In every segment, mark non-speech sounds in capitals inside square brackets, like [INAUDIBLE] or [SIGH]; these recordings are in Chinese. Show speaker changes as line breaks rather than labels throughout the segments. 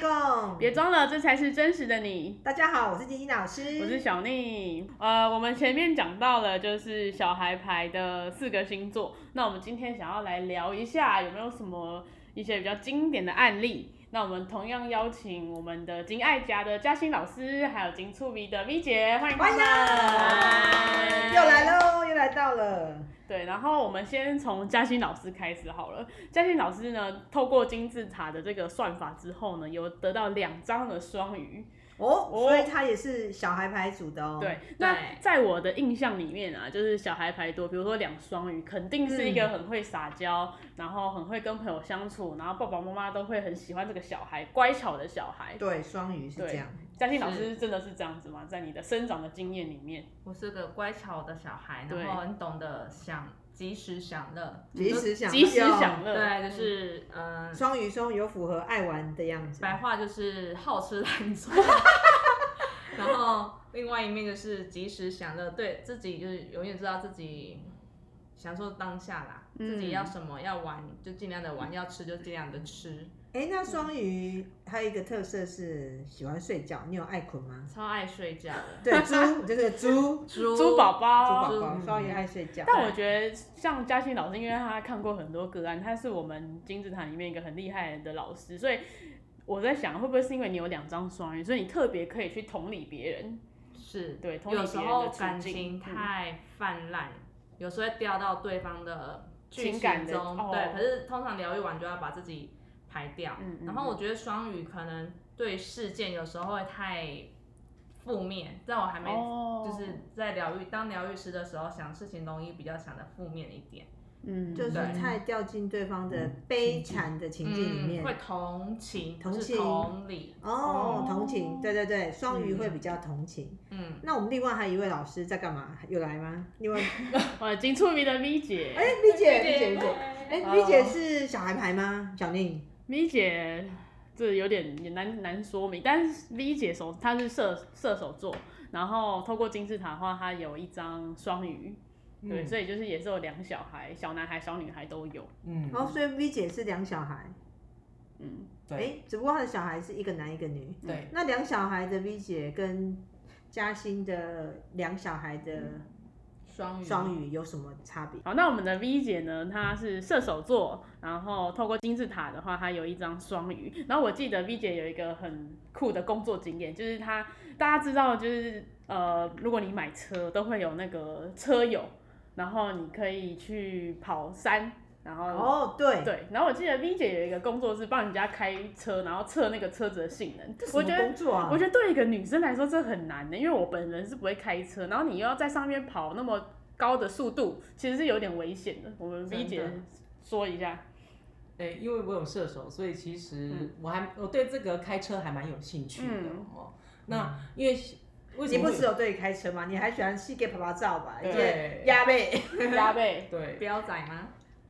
动。
别装了，这才是真实的你。
大家好，我是晶晶老师，
我是小宁。呃，我们前面讲到了就是小孩牌的四个星座，那我们今天想要来聊一下有没有什么一些比较经典的案例。那我们同样邀请我们的金爱家的嘉欣老师，还有金醋鼻的咪姐，欢迎他
欢
们。
迎，又来喽，又来到了。
对，然后我们先从嘉欣老师开始好了。嘉欣老师呢，透过金字塔的这个算法之后呢，有得到两张的双鱼。
哦，
哦
所以他也是小孩牌组的哦。
对，那在我的印象里面啊，就是小孩牌多，比如说两双鱼，肯定是一个很会撒娇，然后很会跟朋友相处，然后爸爸妈妈都会很喜欢这个小孩，乖巧的小孩。
对，双鱼是这样。
嘉欣老师真的是这样子吗？在你的生长的经验里面，
我是个乖巧的小孩，
对
然后很懂得享及时享乐，
及时享
及时
用
享乐，
对，就是嗯、
双鱼双鱼有符合爱玩的样子。
白话就是好吃懒
[LAUGHS]
做，然后另外一面就是及时享乐，对自己就是永远知道自己享受当下啦，
嗯
自己要什么要玩就尽量的玩，要吃就尽量的吃，
哎、那双鱼还有一个特色是喜欢睡觉，你有爱困吗？
[LAUGHS]
超爱睡觉的，
对，猪，你就是个猪，猪
猪
[LAUGHS] 猪宝
宝
宝。
宝，双鱼爱睡觉。
但我觉得像嘉欣老师，因为他看过很多个案，他是我们金字塔里面一个很厉害的老师，所以我在想，会不会是因为你有两张双鱼，所以你特别可以去同理别人？
是
对同理
有时
别人的
候
处
感
境
情
嗯
太泛滥，有时候会掉到对方的剧
情感的
中。
哦
对，可是通常疗愈完就要把自己排掉。
嗯嗯
然后我觉得双鱼可能对事件有时候会太负面，在我还没、
哦
就是在疗愈当疗愈师的时候，想事情容易比较想的负面一点，
嗯，
就是
对
太掉进对方的悲惨的情境里面。
嗯、会同情，
同
就是
情
同理，
哦
哦，
同情，对对对，双鱼会比较同情。
嗯，
那我们另外还有一位老师在干嘛？有来吗？另外，哎，
我金触迷的咪姐，
丽姐，丽姐，丽姐，哎，丽姐
哦
是小孩牌吗？小宁，
咪姐这有点也难难说明，但是 V 姐手她是射射手座，然后透过金字塔的话，她有一张双鱼，对，所以就是也是有两小孩，小男孩、小女孩都有，
嗯，
哦，所以 V 姐是两小孩，
嗯，
对
哎，只不过她的小孩是一个男一个女。
对，
那两小孩的 V 姐跟嘉欣的两小孩的
双鱼，
双鱼有什么差别？
好，那我们的 V 姐呢，她是射手座，然后透过金字塔的话，她有一张双鱼。然后我记得 V 姐有一个很酷的工作经验，就是她大家知道，就是呃，如果你买车都会有那个车友，然后你可以去跑山，然后。
哦，对，
嗯对，然后我记得 V 姐有一个工作是帮人家开车，然后测那个车子的性能
这。什
我
么
觉得
工作啊
我？觉得对一个女生来说这很难的，因为我本人是不会开车，然后你又要在上面跑那么高的速度，其实是有点危险的。我们 V
真的
姐说一下，
诶，因为我有射手，所以其实
嗯
我还我对这个开车还蛮有兴趣的
嗯
哦。那因为为什
你
么
不
会
只有对你开车吗？你还喜欢细给爸爸照吧？
对
一些压背。
加倍，
[LAUGHS] 对
彪仔吗？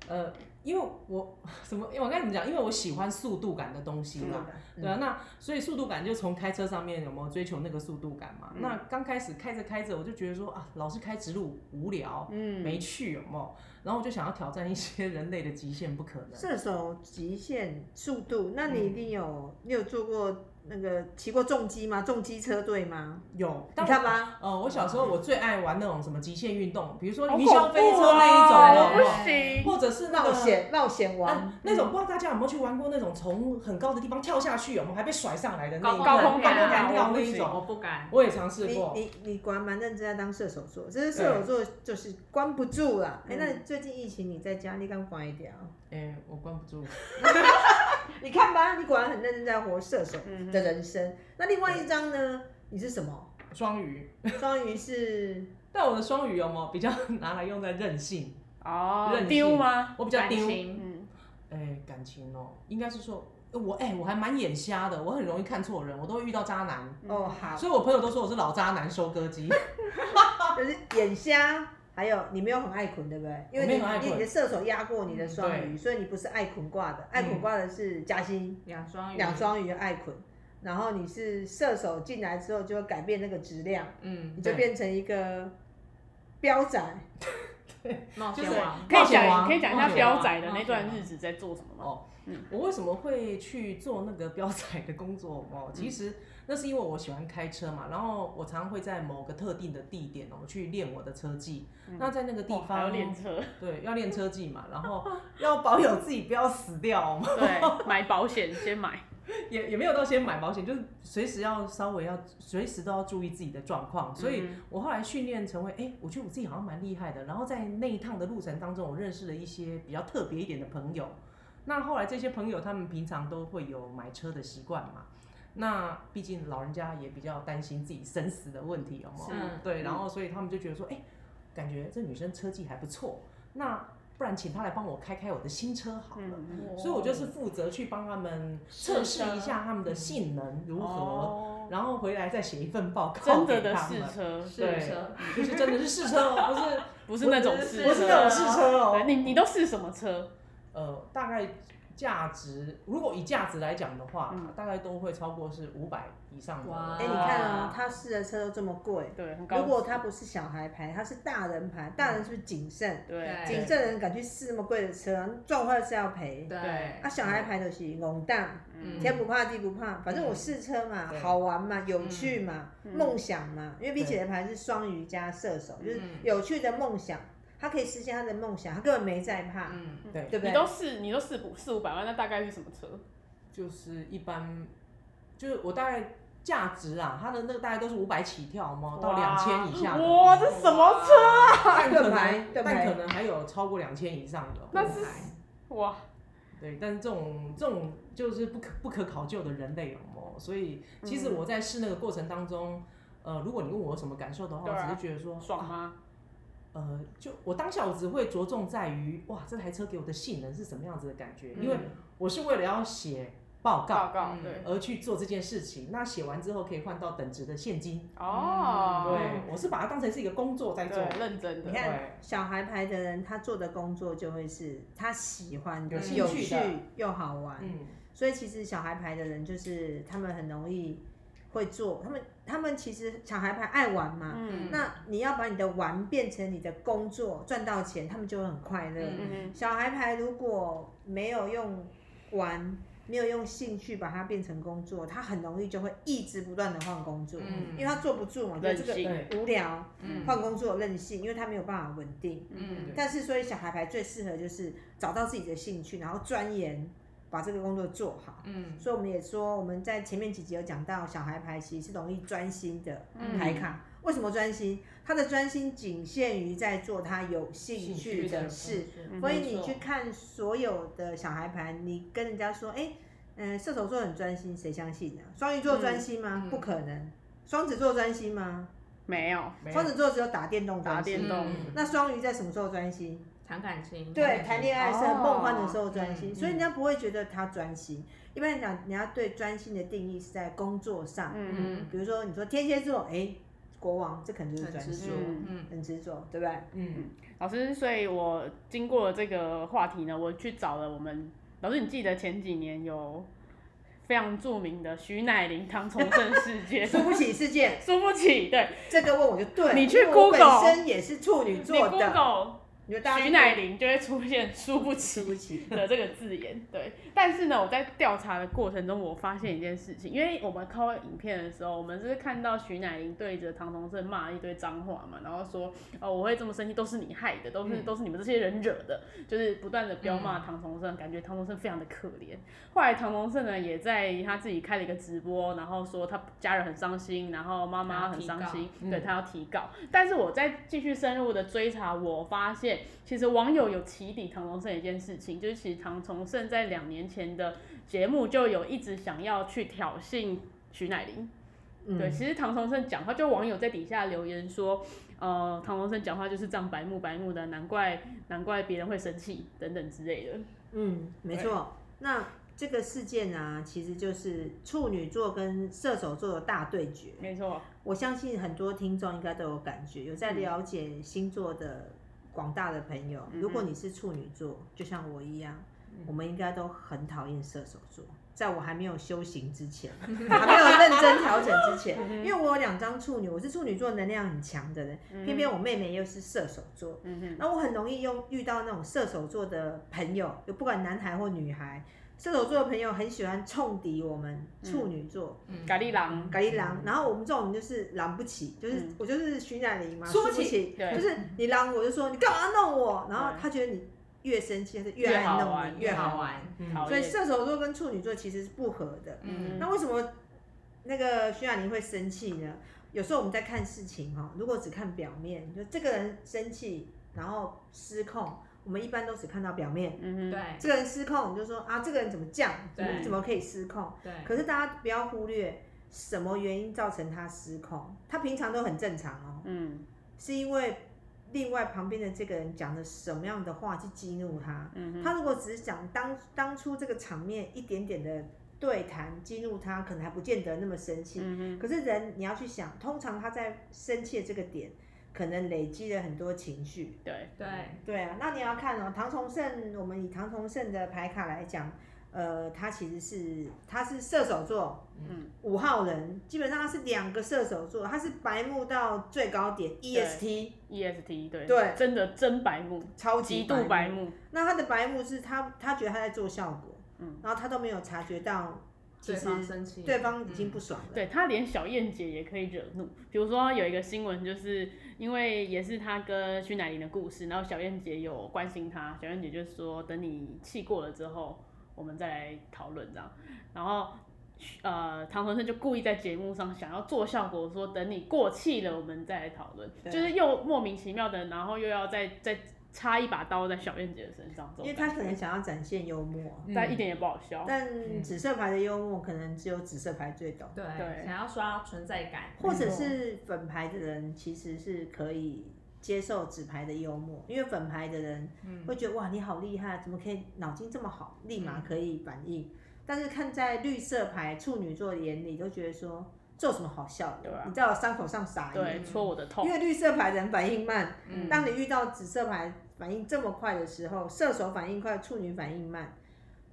呃，因为我 [LAUGHS] 什么我该怎么讲？因为我喜欢速度感的东西嘛。
嗯
对啊，那所以速度感就从开车上面有没有追求那个速度感嘛？那刚开始开着开着，我就觉得说啊，老是开直路无聊，
嗯，
没趣，有没有？然后我就想要挑战一些人类的极限不可能。
射手极限速度，那你一定有，你有做过那个骑过重机吗？重机车队吗？
有，
你
但我
看吧，
呃，我小时候我最爱玩那种什么极限运动，比如说
好
云
恐
霄飞
怖
车那一种
哦
的，
不
哦
行，
或者是那
冒
个
险冒险王，
啊那种不知道大家有没有去玩过那种从很高的地方跳下去，有没有还被甩上来的那
高
一
空
种高空
弹跳
弹跳
我
那
不
一
行
种，
我不敢，
我也尝试
你
过。
你你果然蛮认真在当射手座，只是射手座就是关不住啦。哎、
嗯
那你最近疫情你在家，你敢关一点啊？
哎，我关不住。嗯
你看吧，你果然很认真在活射手
嗯哼
的人生。那另外一张呢？你是什
[LAUGHS]
么？
双鱼，
双鱼是
但我的双鱼有没有比较拿来用在任性？
哦
任，
丢
性
吗？
我比较
感
丢。
情
嗯，
哎，感情哦，应该是说，我哎，我还蛮眼瞎的，我很容易看错人，我都会遇到渣男，
哦
嗯
好，
所以我朋友都说我是老渣男收割机。
就是眼瞎，还有你没有很爱捆，对不对？因为
我没有很
你
爱捆嗯
你你的射手压过你的双鱼，
对嗯
所以你不是爱捆挂的，爱捆挂的是嘉欣，
两双鱼，
两，双鱼爱捆。然后你是射手进来之后就会改变那个质量，
嗯
你就
对啊
变成一个彪仔，
冒
就
险
是
王，
可以
冒险
讲
啊
王
可以讲一
冒
下
险
彪
王
仔的
冒
那
险
段
王
日子在做什么吗？
哦，我为什么会去做那个标仔的工作哦？
嗯
其实那是因为我喜欢开车嘛，然后我常会在某个特定的地点哦去练我的车技。那在那个地
哦还要
方，
练车，
对，要练车技嘛，然后要保有自己不要死掉哦， [LAUGHS]
对，买保险先买，
也也没有到先买保险，就是随时要稍微要随时都要注意自己的状况。所
嗯
以我后来训练成为，哎、我觉得我自己好像蛮厉害的。然后在那一趟的路程当中，我认识了一些比较特别一点的朋友。那后来这些朋友他们平常都会有买车的习惯嘛，那毕竟老人家也比较担心自己生死的问题，有哦没有？
嗯，
对，然后所以他们就觉得说，哎、感觉这女生车技还不错，那不然请她来帮我开开我的新车好了。
嗯，嗯
所以我就是负责去帮他们
试
测试
车
一下他们的性能如何，
哦
然后回来再写一份报告
真的
给
的
他
试
们
车，
是不是？
就是真的是试车
[LAUGHS]
哦，
不是那种
不是
试
不
车，
是不是那种试车
对
哦，
你你都试什么车？
呃，大概价值如果以价值来讲的话，
嗯
大概都会超过是五百以上的。
哇
哎、你看哦，他试的车都这么贵，
对，很高
如。果他不是小孩牌，他是大人
嗯
牌，大人是不是谨慎？
对，
谨慎人敢去试那么贵的车，撞坏是要赔。
对
对
啊，小孩牌就是勇荡，
嗯
天不怕地不怕，反正我试车嘛，
对
好玩嘛，有趣嘛，
嗯
梦想嘛。因为 V 姐的牌是双鱼加射手，就是
嗯
有趣的梦想，他可以实现他的梦想，他根本没在怕，
嗯，
对，
对不
你
对？
都试，你都试五四五百万，那大概是什么车？
就是一般，就是我大概价值啊，它的那个大概都是五百起跳嘛，到两千以下的，
哇，这什么车？
但可
盾牌
能
盾牌
但可能还有超过两千以上的哦。
那是
嗯
哇，
对，但是这种这种就是不可不可考究的人类有哦，所以其实
嗯
我在试那个过程当中，呃，如果你问我有什么感受的话，
对啊
我只是觉得说，
爽
啊
吗？
呃，就我当下我只会着重在于，哇，这台车给我的性能是什么样子的感觉，因为我是为了要写报告
嗯报告
嗯
对，
而去做这件事情，那写完之后可以换到等值的现金，
哦，
嗯对我是把它当成是一个工作在做，
对，认真
你
的，
看
对
小孩牌的人，他做的工作就会是他喜欢的、
有
兴
有
趣
趣
的
又好玩。
嗯，
所以其实小孩牌的人就是他们很容易会做，他们他们其实小孩牌爱玩嘛，
嗯
那你要把你的玩变成你的工作，赚到钱，他们就会很快乐。
嗯
嗯
小孩牌如果没有用玩，没有用兴趣把它变成工作，他很容易就会一直不断的换工作，
嗯
因为他坐不住嘛，就
任
这个
性
对，
无聊，
嗯
换工作任性，因为他没有办法稳定。
嗯，
但是所以小孩牌最适合就是找到自己的兴趣，然后钻研把这个工作做好。
嗯，
所以我们也说，我们在前面几集有讲到，小孩牌其实是容易专心的
嗯
牌卡。为什么专心？他的专心仅限于在做他有兴趣的事。，
嗯
所以你去看所有的小孩牌，你跟人家说，哎、嗯、射手座很专心，谁相信啊？双鱼座专心吗？
嗯
不可能。双子座专心吗？
没有
没有
双子座只有打电动
打
专心。
电动，
嗯
那双鱼在什么时候专心？
谈嗯感情，
对，谈恋爱是很梦幻的时候专
哦
心，
嗯
所以人家不会觉得他专心。一般来讲，人家对专心的定义是在工作上，
嗯
比如说你说天蝎座，哎、国王，这可能就是
很
专
执
心
着，，嗯
很执着，对不对？
嗯。
老师，所以我经过了这个话题呢，我去找了我们老师，你记得前几年有非常著名的徐乃麟唐崇盛事
[LAUGHS]
件，
输不起事件，
输不起，对
[LAUGHS] 这个问我就对，
你去
因为我
Google
本身也是处女
你
座的，
Google
你说大家
徐乃麟就会出现输不
输
起
不起，
的这个字眼，对。但是呢，我在调查的过程中，我发现一件事情，因为我们看影片的时候，我们是看到徐乃麟对着唐崇盛骂一堆脏话嘛，然后说，哦，我会这么生气，都是你害的，都是、
嗯
都是你们这些人惹的，就是不断的彪骂
嗯
唐崇盛，感觉唐崇盛非常的可怜。后来唐崇盛呢，也在他自己开了一个直播，然后说他家人很伤心，然后妈妈很伤心，
他要提
对
告嗯
他要提告。但是我再继续深入的追查，我发现其实网友有起底唐崇盛一件事情，就是其实唐崇盛在两年前的节目就有一直想要去挑衅徐乃麟。对，
嗯，
其实唐崇盛讲话，就网友在底下留言说，呃，唐崇盛讲话就是这样白目白目的，难怪难怪别人会生气等等之类的。
嗯，没错。那这个事件啊，其实就是处女座跟射手座的大对决。
没错，
我相信很多听众应该都有感觉，有
嗯
在了解星座的广大的朋
嗯
友，如果你是处女座，就像我一样，我们应该都很讨厌射手座，在我还没有修行之
[LAUGHS]
前，还没有认真调整之前，
嗯
因为我有两张处女，我是处女座能量很强的人，偏偏我妹妹又是射手座，
嗯哼，
那我很容易用遇到那种射手座的朋友，就不管男孩或女孩，射手座的朋友很喜欢冲敌我们处女座。
嗯
咖喱狼，
咖喱狼，然后我们这种人就是狼不起，就是、
嗯
我就是徐乃麟嘛，
输
输
不
不
起
起，
对
就是你狼我就说你干嘛弄我，然后
对
他觉得你越生气，他就越
越
爱
好
弄
玩
你，越
好
好
玩，
嗯
讨
所以
厌
射手座跟处女座其实是不合的。
嗯
那为什么那个徐雅玲会生气呢？有时候我们在看事情哈、如果只看表面，就这个人生气，然后失控，我们一般都只看到表面。
嗯哼，
对
这个人失控，你就说啊，这个人怎么这样？怎么
对
怎么可以失控？
对，
可是大家不要忽略什么原因造成他失控，他平常都很正常哦，
嗯
是因为另外旁边的这个人讲的什么样的话去激怒他。
嗯哼，
他如果只是讲当当初这个场面一点点的对谈激怒他，可能还不见得那么生气。
嗯哼，
可是人你要去想，通常他在生气的这个点，可能累积了很多情绪。
对，
对，
对啊，那你要看哦，唐崇盛，我们以唐崇盛的牌卡来讲，呃，他其实是他是射手座，
嗯，
五号人，基本上他是两个射手座，他是白目到最高点，EST，E
，EST，对，，E
对
真的真白目，
超级
极度
白
白目，
那他的白目是他他觉得他在做效果，
嗯
然后他都没有察觉到，其
对
实
方生气，
对方已经不爽了。
嗯对他连小燕姐也可以惹怒。比如说有一个新闻，就是因为也是他跟徐乃麟的故事，然后小燕姐有关心他，小燕姐就说等你气过了之后，我们再来讨论这样。然后呃，唐崇盛就故意在节目上想要做效果，说等你过气了，我们再来讨论，
对
就是又莫名其妙的，然后又要再再插一把刀在小燕姐的身上，这
因为
种感
他
觉
可能想要展现幽默，
但一点也不好笑。
但紫色牌的幽默可能只有紫色牌最懂，
对
对
想要刷存在感，
或者是粉牌的人其实是可以接受紫牌的幽默，因为粉牌的人
嗯
会觉得哇你好厉害，怎么可以脑筋这么好，立
嗯
马可以反应。但是看在绿色牌处女座眼里，都觉得说这有什么好笑的？
对啊
你在我伤口上撒盐，
对，戳我的痛
因。为绿色牌人反应慢，
嗯
当你遇到紫色牌反应这么快的时候，射手反应快，处女反应慢，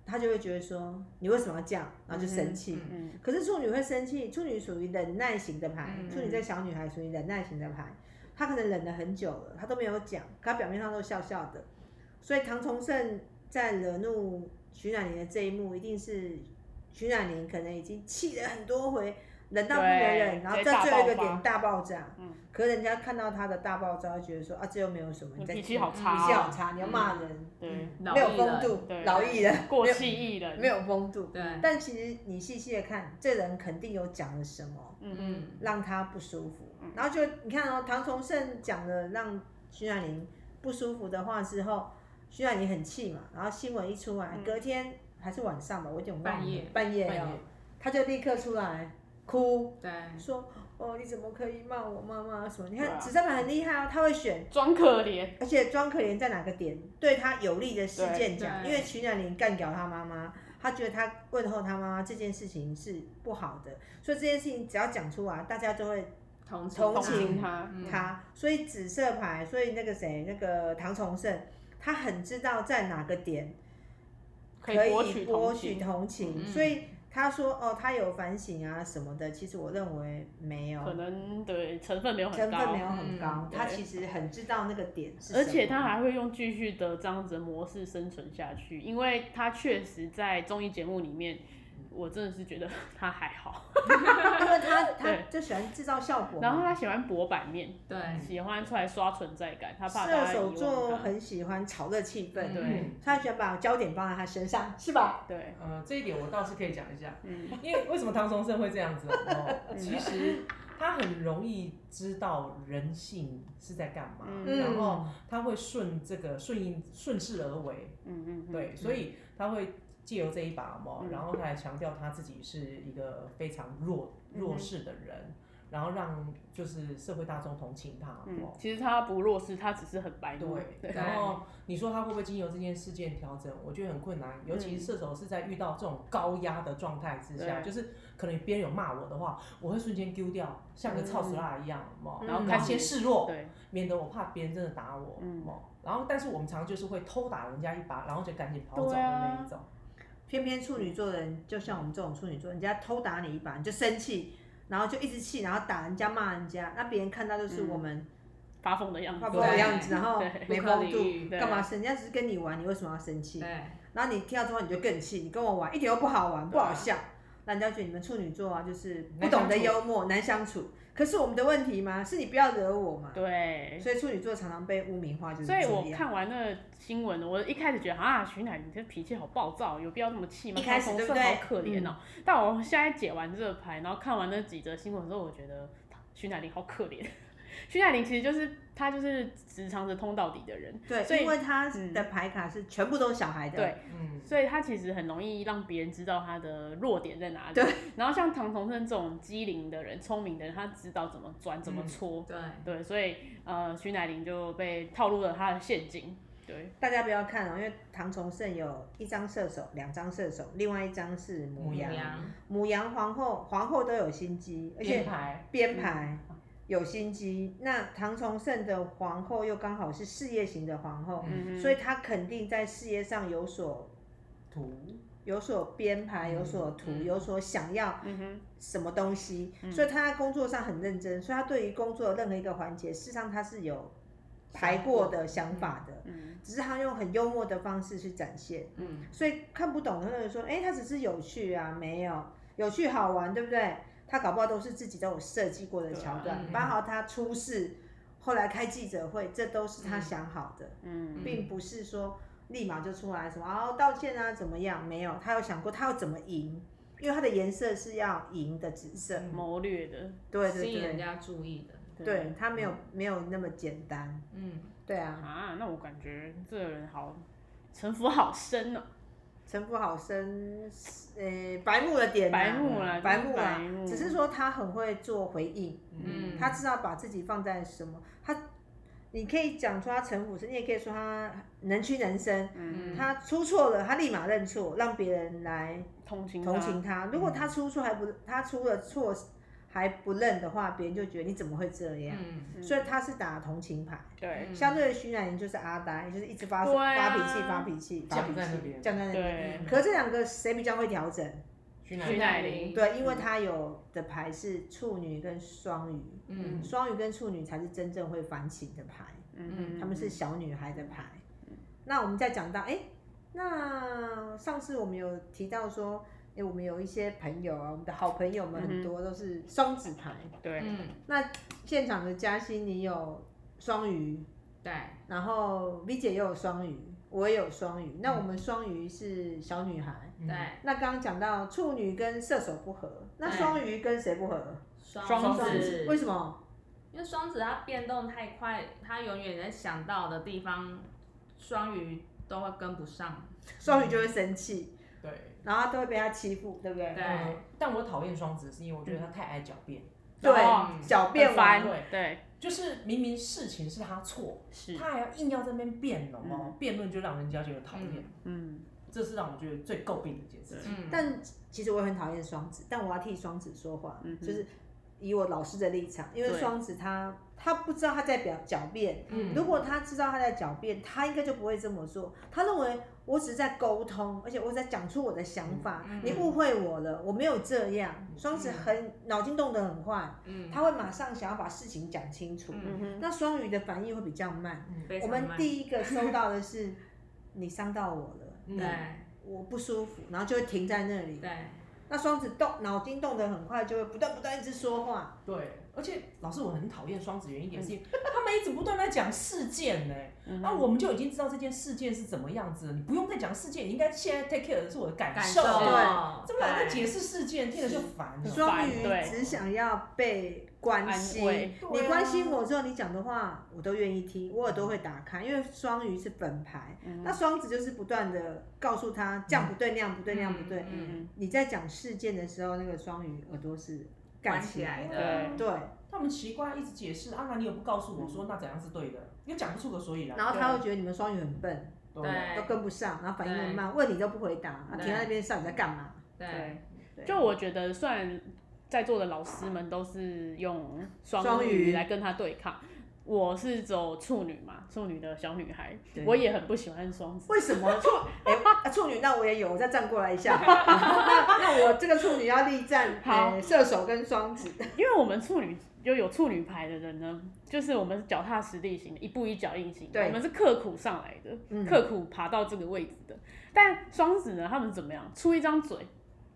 他就会觉得说你为什么要这样，然后就生气。
嗯
嗯
可是处女会生气，处女属于忍耐型的牌，
嗯
处女在小女孩属于忍耐型的牌，她可能忍了很久了，她都没有讲，可她表面上都笑笑的。所以唐崇盛在惹怒徐乃麟的这一幕，一定是徐乃麟可能已经气了很多回，忍到不能忍，
对
然后
直接
在
大
最后一个
爆发
点大爆炸。
嗯
可人家看到他的大爆炸，觉得说啊，这又没有什么，
你
在
脾气好
气
差、哦，
脾气好差，你要骂人，嗯
对，
老
没有
艺
风
人
度
对，
老艺人， [LAUGHS]
过气艺人，
没有风度。
嗯对，
但其实你细细的看，这人肯定有讲了什么，
嗯，
嗯
让他不舒服。然后就你看哦，唐崇盛讲了让徐乃麟不舒服的话之后，徐乃麟很气嘛，然后新闻一出来，
嗯
隔天还是晚上吧，我有点忘了，
半夜
半夜
半
哦
夜，
他就立刻出来哭，
对，
说哦你怎么可以骂我妈妈什么？你
对
看
啊
紫砂板很厉害哦，他会选。
装可怜，
而且装可怜在哪个点对他有利的事件讲，
对
因为徐乃麟干掉他妈妈，他觉得他问候他妈妈这件事情是不好的，所以这件事情只要讲出来，大家就会
同
同
同
情
情他，
嗯
他。所以紫色牌，所以那个谁，那个唐崇盛，他很知道在哪个点
可
以
博取同
博取
情，
同情，
嗯
所以他说哦，他有反省啊什么的，其实我认为没有，
可能对成分没有很
成分没
高，
有很高，
嗯
他
对
其实很知道那个点是什么，
而且他还会用继续的这样子的模式生存下去，因为他确实在综艺节目里面，我真的是觉得他还好， [LAUGHS]
因为他他
对
就喜欢制造效果嘛，
然后他喜欢博版面，
对，
喜欢出来刷存在感，他怕大
射
家遗
手
忘
座
他
很喜欢炒热气氛，
对
他喜欢把焦点放在他身上，是吧？
对，
呃，这一点我倒是可以讲一下，
嗯
因为为什么唐崇盛会这样子、哦？
[LAUGHS] 嗯
其实他很容易知道人性是在干嘛，
嗯
然后他会顺这个顺应顺势而为，
嗯嗯，嗯
对，所以他会借由这一把嘛，
嗯
然后他来强调他自己是一个非常弱
嗯哼
弱势的人，然后让就是社会大众同情他哦
嗯
嘛，。
其实他不弱势，他只是很白目，
对，然后你说他会不会经由这件事件调整？我觉得很困
嗯
难，尤其是射手是在遇到这种高压的状态之下，
对
就是可能别人有骂我的话，我会瞬间丢掉，像个操死辣一样，嘛、
嗯
然后
开
开
始
先示弱，
对，
免得我怕别人真的打我，哦
嗯
嗯，然后但是我们常常就是会偷打人家一把，然后就赶紧跑走的
对啊
那一种，
偏偏处女座的人，就像我们这种处女座，人家偷打你一把，你就生气，然后就一直气，然后打人家骂人家，那别人看到就是我们
发疯的样子
发，疯的样子，然后
嗯对
没
不可
风
理
度，
喻
对
干嘛生？人家只是跟你玩，你为什么要生气？
对，
然后你听到之后你就更气，你跟我玩一点都不好玩，不
对啊
好笑。那人家觉得你们处女座啊，就是不
难
懂得
相处
幽默，难相处。可是我们的问题吗？是你不要惹我嘛。
对。
所以处女座常常被污名化，就是这
所以
嗯样。
我看完那个新闻，我一开始觉得啊，徐乃你这脾气好暴躁，有必要那么气吗？
一开始
同
对不
事
对嗯
好可怜哦。但我现在解完这牌，然后看完那几则新闻之后，我觉得徐乃麟好可怜。 [LAUGHS] 徐乃麟其实就是他就是直肠子通到底的人，所
对，
以
因为他
嗯
的牌卡是全部都是小孩的，
对
嗯，
所以他其实很容易让别人知道他的弱点在哪里。
对。
然后像唐崇盛这种机灵的人、聪明的人，他知道怎么钻、怎么
嗯
戳。
对，
对，所以呃，徐乃麟就被套入了他的陷阱。对，
大家不要看哦，因为唐崇盛有一张射手，两张射手，另外一张是母
母
羊
母
羊，
羊，
母羊皇后，皇后都有心机，而且
牌
编排有心机。那唐崇盛的皇后又刚好是事业型的皇后，
嗯哼
所以她肯定在事业上有所
图，
有所编排，有所图，
嗯
有所想要
嗯哼，
什么东西，
嗯
所以她在工作上很认真，所以她对于工作的任何一个环节，事实上她是有排过的想法的，
嗯
只是她用很幽默的方式去展现。
嗯，
所以看不懂的人说，哎、他只是有趣啊，没有有趣好玩，对不对？他搞不好都是自己都有设计过的桥
对
段
啊，
嗯
包括他出事，后来开记者会，这都是他想好的，
嗯
并不是说立马就出来什么哦道歉啊怎么样，没有，他有想过他要怎么赢，因为他的颜色是要赢的紫色，
嗯
谋略的，
对
吸
对
引人
对，
家注意的，
对他没有没有那么简单，
嗯，
对啊，
啊，那我感觉这个人好城府好深哦，
城府好深，呃，白目的点、啊，
白目啦
白目
白
啦，
目
只是说他很会做回应，
嗯
他知道把自己放在什么，他你可以讲说他城府深，你也可以说他能屈能伸，
嗯，
他出错了，他立马认错，让别人来
同情他
同情他。如果他出错还不，他出了错还不认的话，别人就觉得你怎么会这样？
嗯，
所以他是打同情牌。
对
嗯
相对的，徐乃麟就是阿呆，就是一直发、
对啊
发脾气、发脾气、发脾
犟在那
气，
边
犟在那边。
对，
可是这两个谁比较会调整？
徐
徐
乃
乃
乃
麟
麟
对，因
嗯
为他有的牌是处女跟双鱼，
嗯
双鱼跟处女才是真正会反省的牌，
嗯，
他们是小女孩的牌。那我们再讲到，哎，那上次我们有提到说，哎，我们有一些朋友啊，我们的好朋友们很多都是双子牌。
对，
嗯，
那现场的嘉欣，你有双鱼，
对，
然后 V 姐也有双鱼，我也有双鱼。那我们双鱼是小女孩。
嗯
对，
那刚刚讲到处女跟射手不合，那
对
双鱼跟谁不合？
双
子
为什么？
因为双子它变动太快，它永远在想到的地方，双鱼都会跟不上。
双鱼就会生气，
对。
然后他都会被他欺负，对不对？哦
对
嗯但我讨厌双子，是因为我觉得他太爱狡辩，
对
哦
狡辩
很烦
王，
对
对
就是明明事情是他错，
是，
他还要硬要在那边辩论哦，辩论就让人家觉得讨厌，
嗯，
这是让我觉得最诟病的一件事情。
嗯，
但其实我也很讨厌双子，但我要替双子说话，
嗯哼
就是以我老师的立场，因为
对
双子他他不知道他在表狡辩，
嗯
如果他知道他在狡辩，他应该就不会这么做。他认为我只是在沟通，而且我在讲出我的想法，
嗯嗯
你误会我了，我没有这样。双子很脑筋动得很快，
嗯，
他会马上想要把事情讲清楚。
嗯哼，
那双鱼的反应会比较慢。
非
我
常
们
慢
第一个收到的是你伤到我了，
对
我不舒服，然后就会停在那里。
嗯对
那双子动脑筋动得很快，就会不断不断一直说话。
对，而且老师，我很讨厌双子，原因也是因为他们一直不断在讲事件呢、
嗯
那、我们就已经知道这件事件是怎么样子了，你不用再讲事件，你应该现在 take care 的是我的感
感
受。
受
对
这么难在解
释，
释事件，听了就烦了。
双鱼
对
只想要被关
安
心
慰。
你关心我之后，你讲的话我都愿意听，我耳朵会打开，因为双鱼是本牌，
嗯
那双子就是不断的告诉他这样不对，那样不对，那样不对。
嗯，
你在讲事件的时候，那个双鱼耳朵是盖
关起来
的，
对嗯
对，
他们奇怪，一直解释啊，那你也不告诉我说那怎样是对的，又讲不出个所以然。
然后他会觉得你们双鱼很笨，
对
都跟不上，然后反应很慢，问你都不回答，啊，
对
停在那边上你在干嘛？
对
对，
对
就我觉得虽然在座的老师们都是用双
双
语
语
来跟他对抗。我是走处女嘛，处女的小女孩
对，
我也很不喜欢双子。
为什么处？哎、啊处女那我也有，我再站过来一
[LAUGHS]
下。那那我这个处女要力战，
好
呃射手跟双子。
因为我们处女就有处女牌的人呢，就是我们是脚踏实地型的，一步一脚印型的，
对
我们是刻苦上来的，
嗯
刻苦爬到这个位置的。但双子呢，他们怎么样？出一张嘴，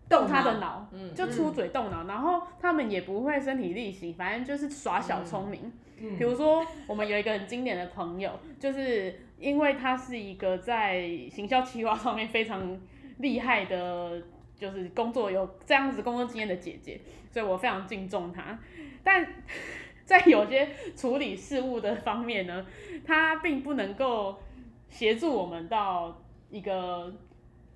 动
动他的
脑
脑，
嗯
就出嘴动脑，然后他们也不会身体力行，反正就是耍小聪明。
嗯
比如说，我们有一个很经典的朋友，就是因为他是一个在行销企划上面非常厉害的，就是工作有这样子工作经验的姐姐，所以我非常敬重她。但 [LAUGHS] 在有些处理事务的方面呢，她并不能够协助我们到一个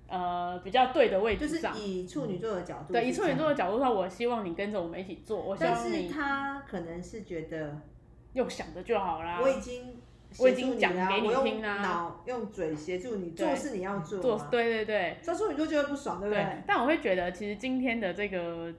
呃比较对的位
就
置
是
上。
以处女座的角度，
对，以处女座，的角度上，我希望你跟着我们一起做，我希
但
望
是
你
他可能是觉得
用想着就好啦。
我已经
啊我已经
协助
讲给你
你啦
听
我
啦
用脑用嘴协助你
对
做事，你要做
做
嘛。
对对对
所以处女座就会不爽，对不对？
但我会觉得，其实今天的这个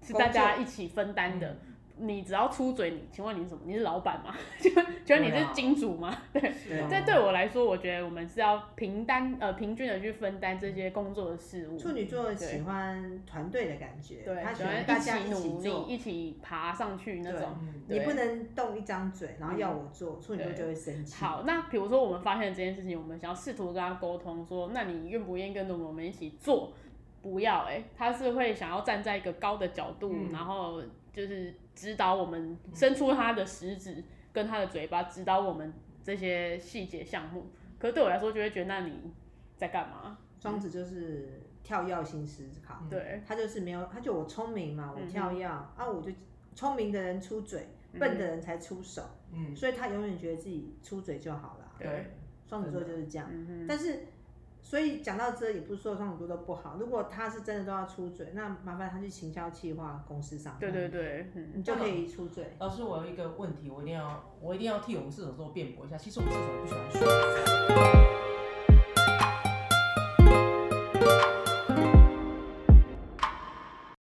是大家一起分担的。
嗯
你只要出嘴，你请问你是什么？你是老板吗？ [LAUGHS] 就
[LAUGHS]
请问你
对
是
啊
金主吗？对，
啊
嗯
哦
这对我来说，我觉得我们是要平担呃平均的去分担这些工作的事物。
处女座
对
喜欢团队的感觉，
对，
他喜
喜
欢
欢
大
一
家
起
一起
努力，
做。
一起爬上去那种。
嗯
你
对嗯
不能动一张嘴，然后要我做，处女座
对
就会生气。
好，那比如说我们发现这件事情，我们想要试图跟他沟通说，那你愿不愿意跟着我们一起做？不要哎、欸他是会想要站在一个高的角度，
嗯
然后就是指导我们，伸出他的食指跟他的嘴巴指导我们这些细节项目。可是对我来说，就会觉得那你在干嘛？
双子就是跳跃性思考，
嗯
对，
他就是没有，他就我聪明嘛，我
嗯
跳跃、啊，我就聪明的人出嘴，笨的人才出手，
嗯，
所以他永远觉得自己出嘴就好了。啊
对，
双子座就是这样，
嗯
但是所以讲到这，也不是说双子座都不好，如果他是真的都要出嘴，那麻烦他去行销企划公司上
哼，
班，
对对对，嗯，
你就可以出嘴。
老师，我有一个问题，我一定要我一定要替我们射手座辩驳一下。其实我们射手不喜欢说。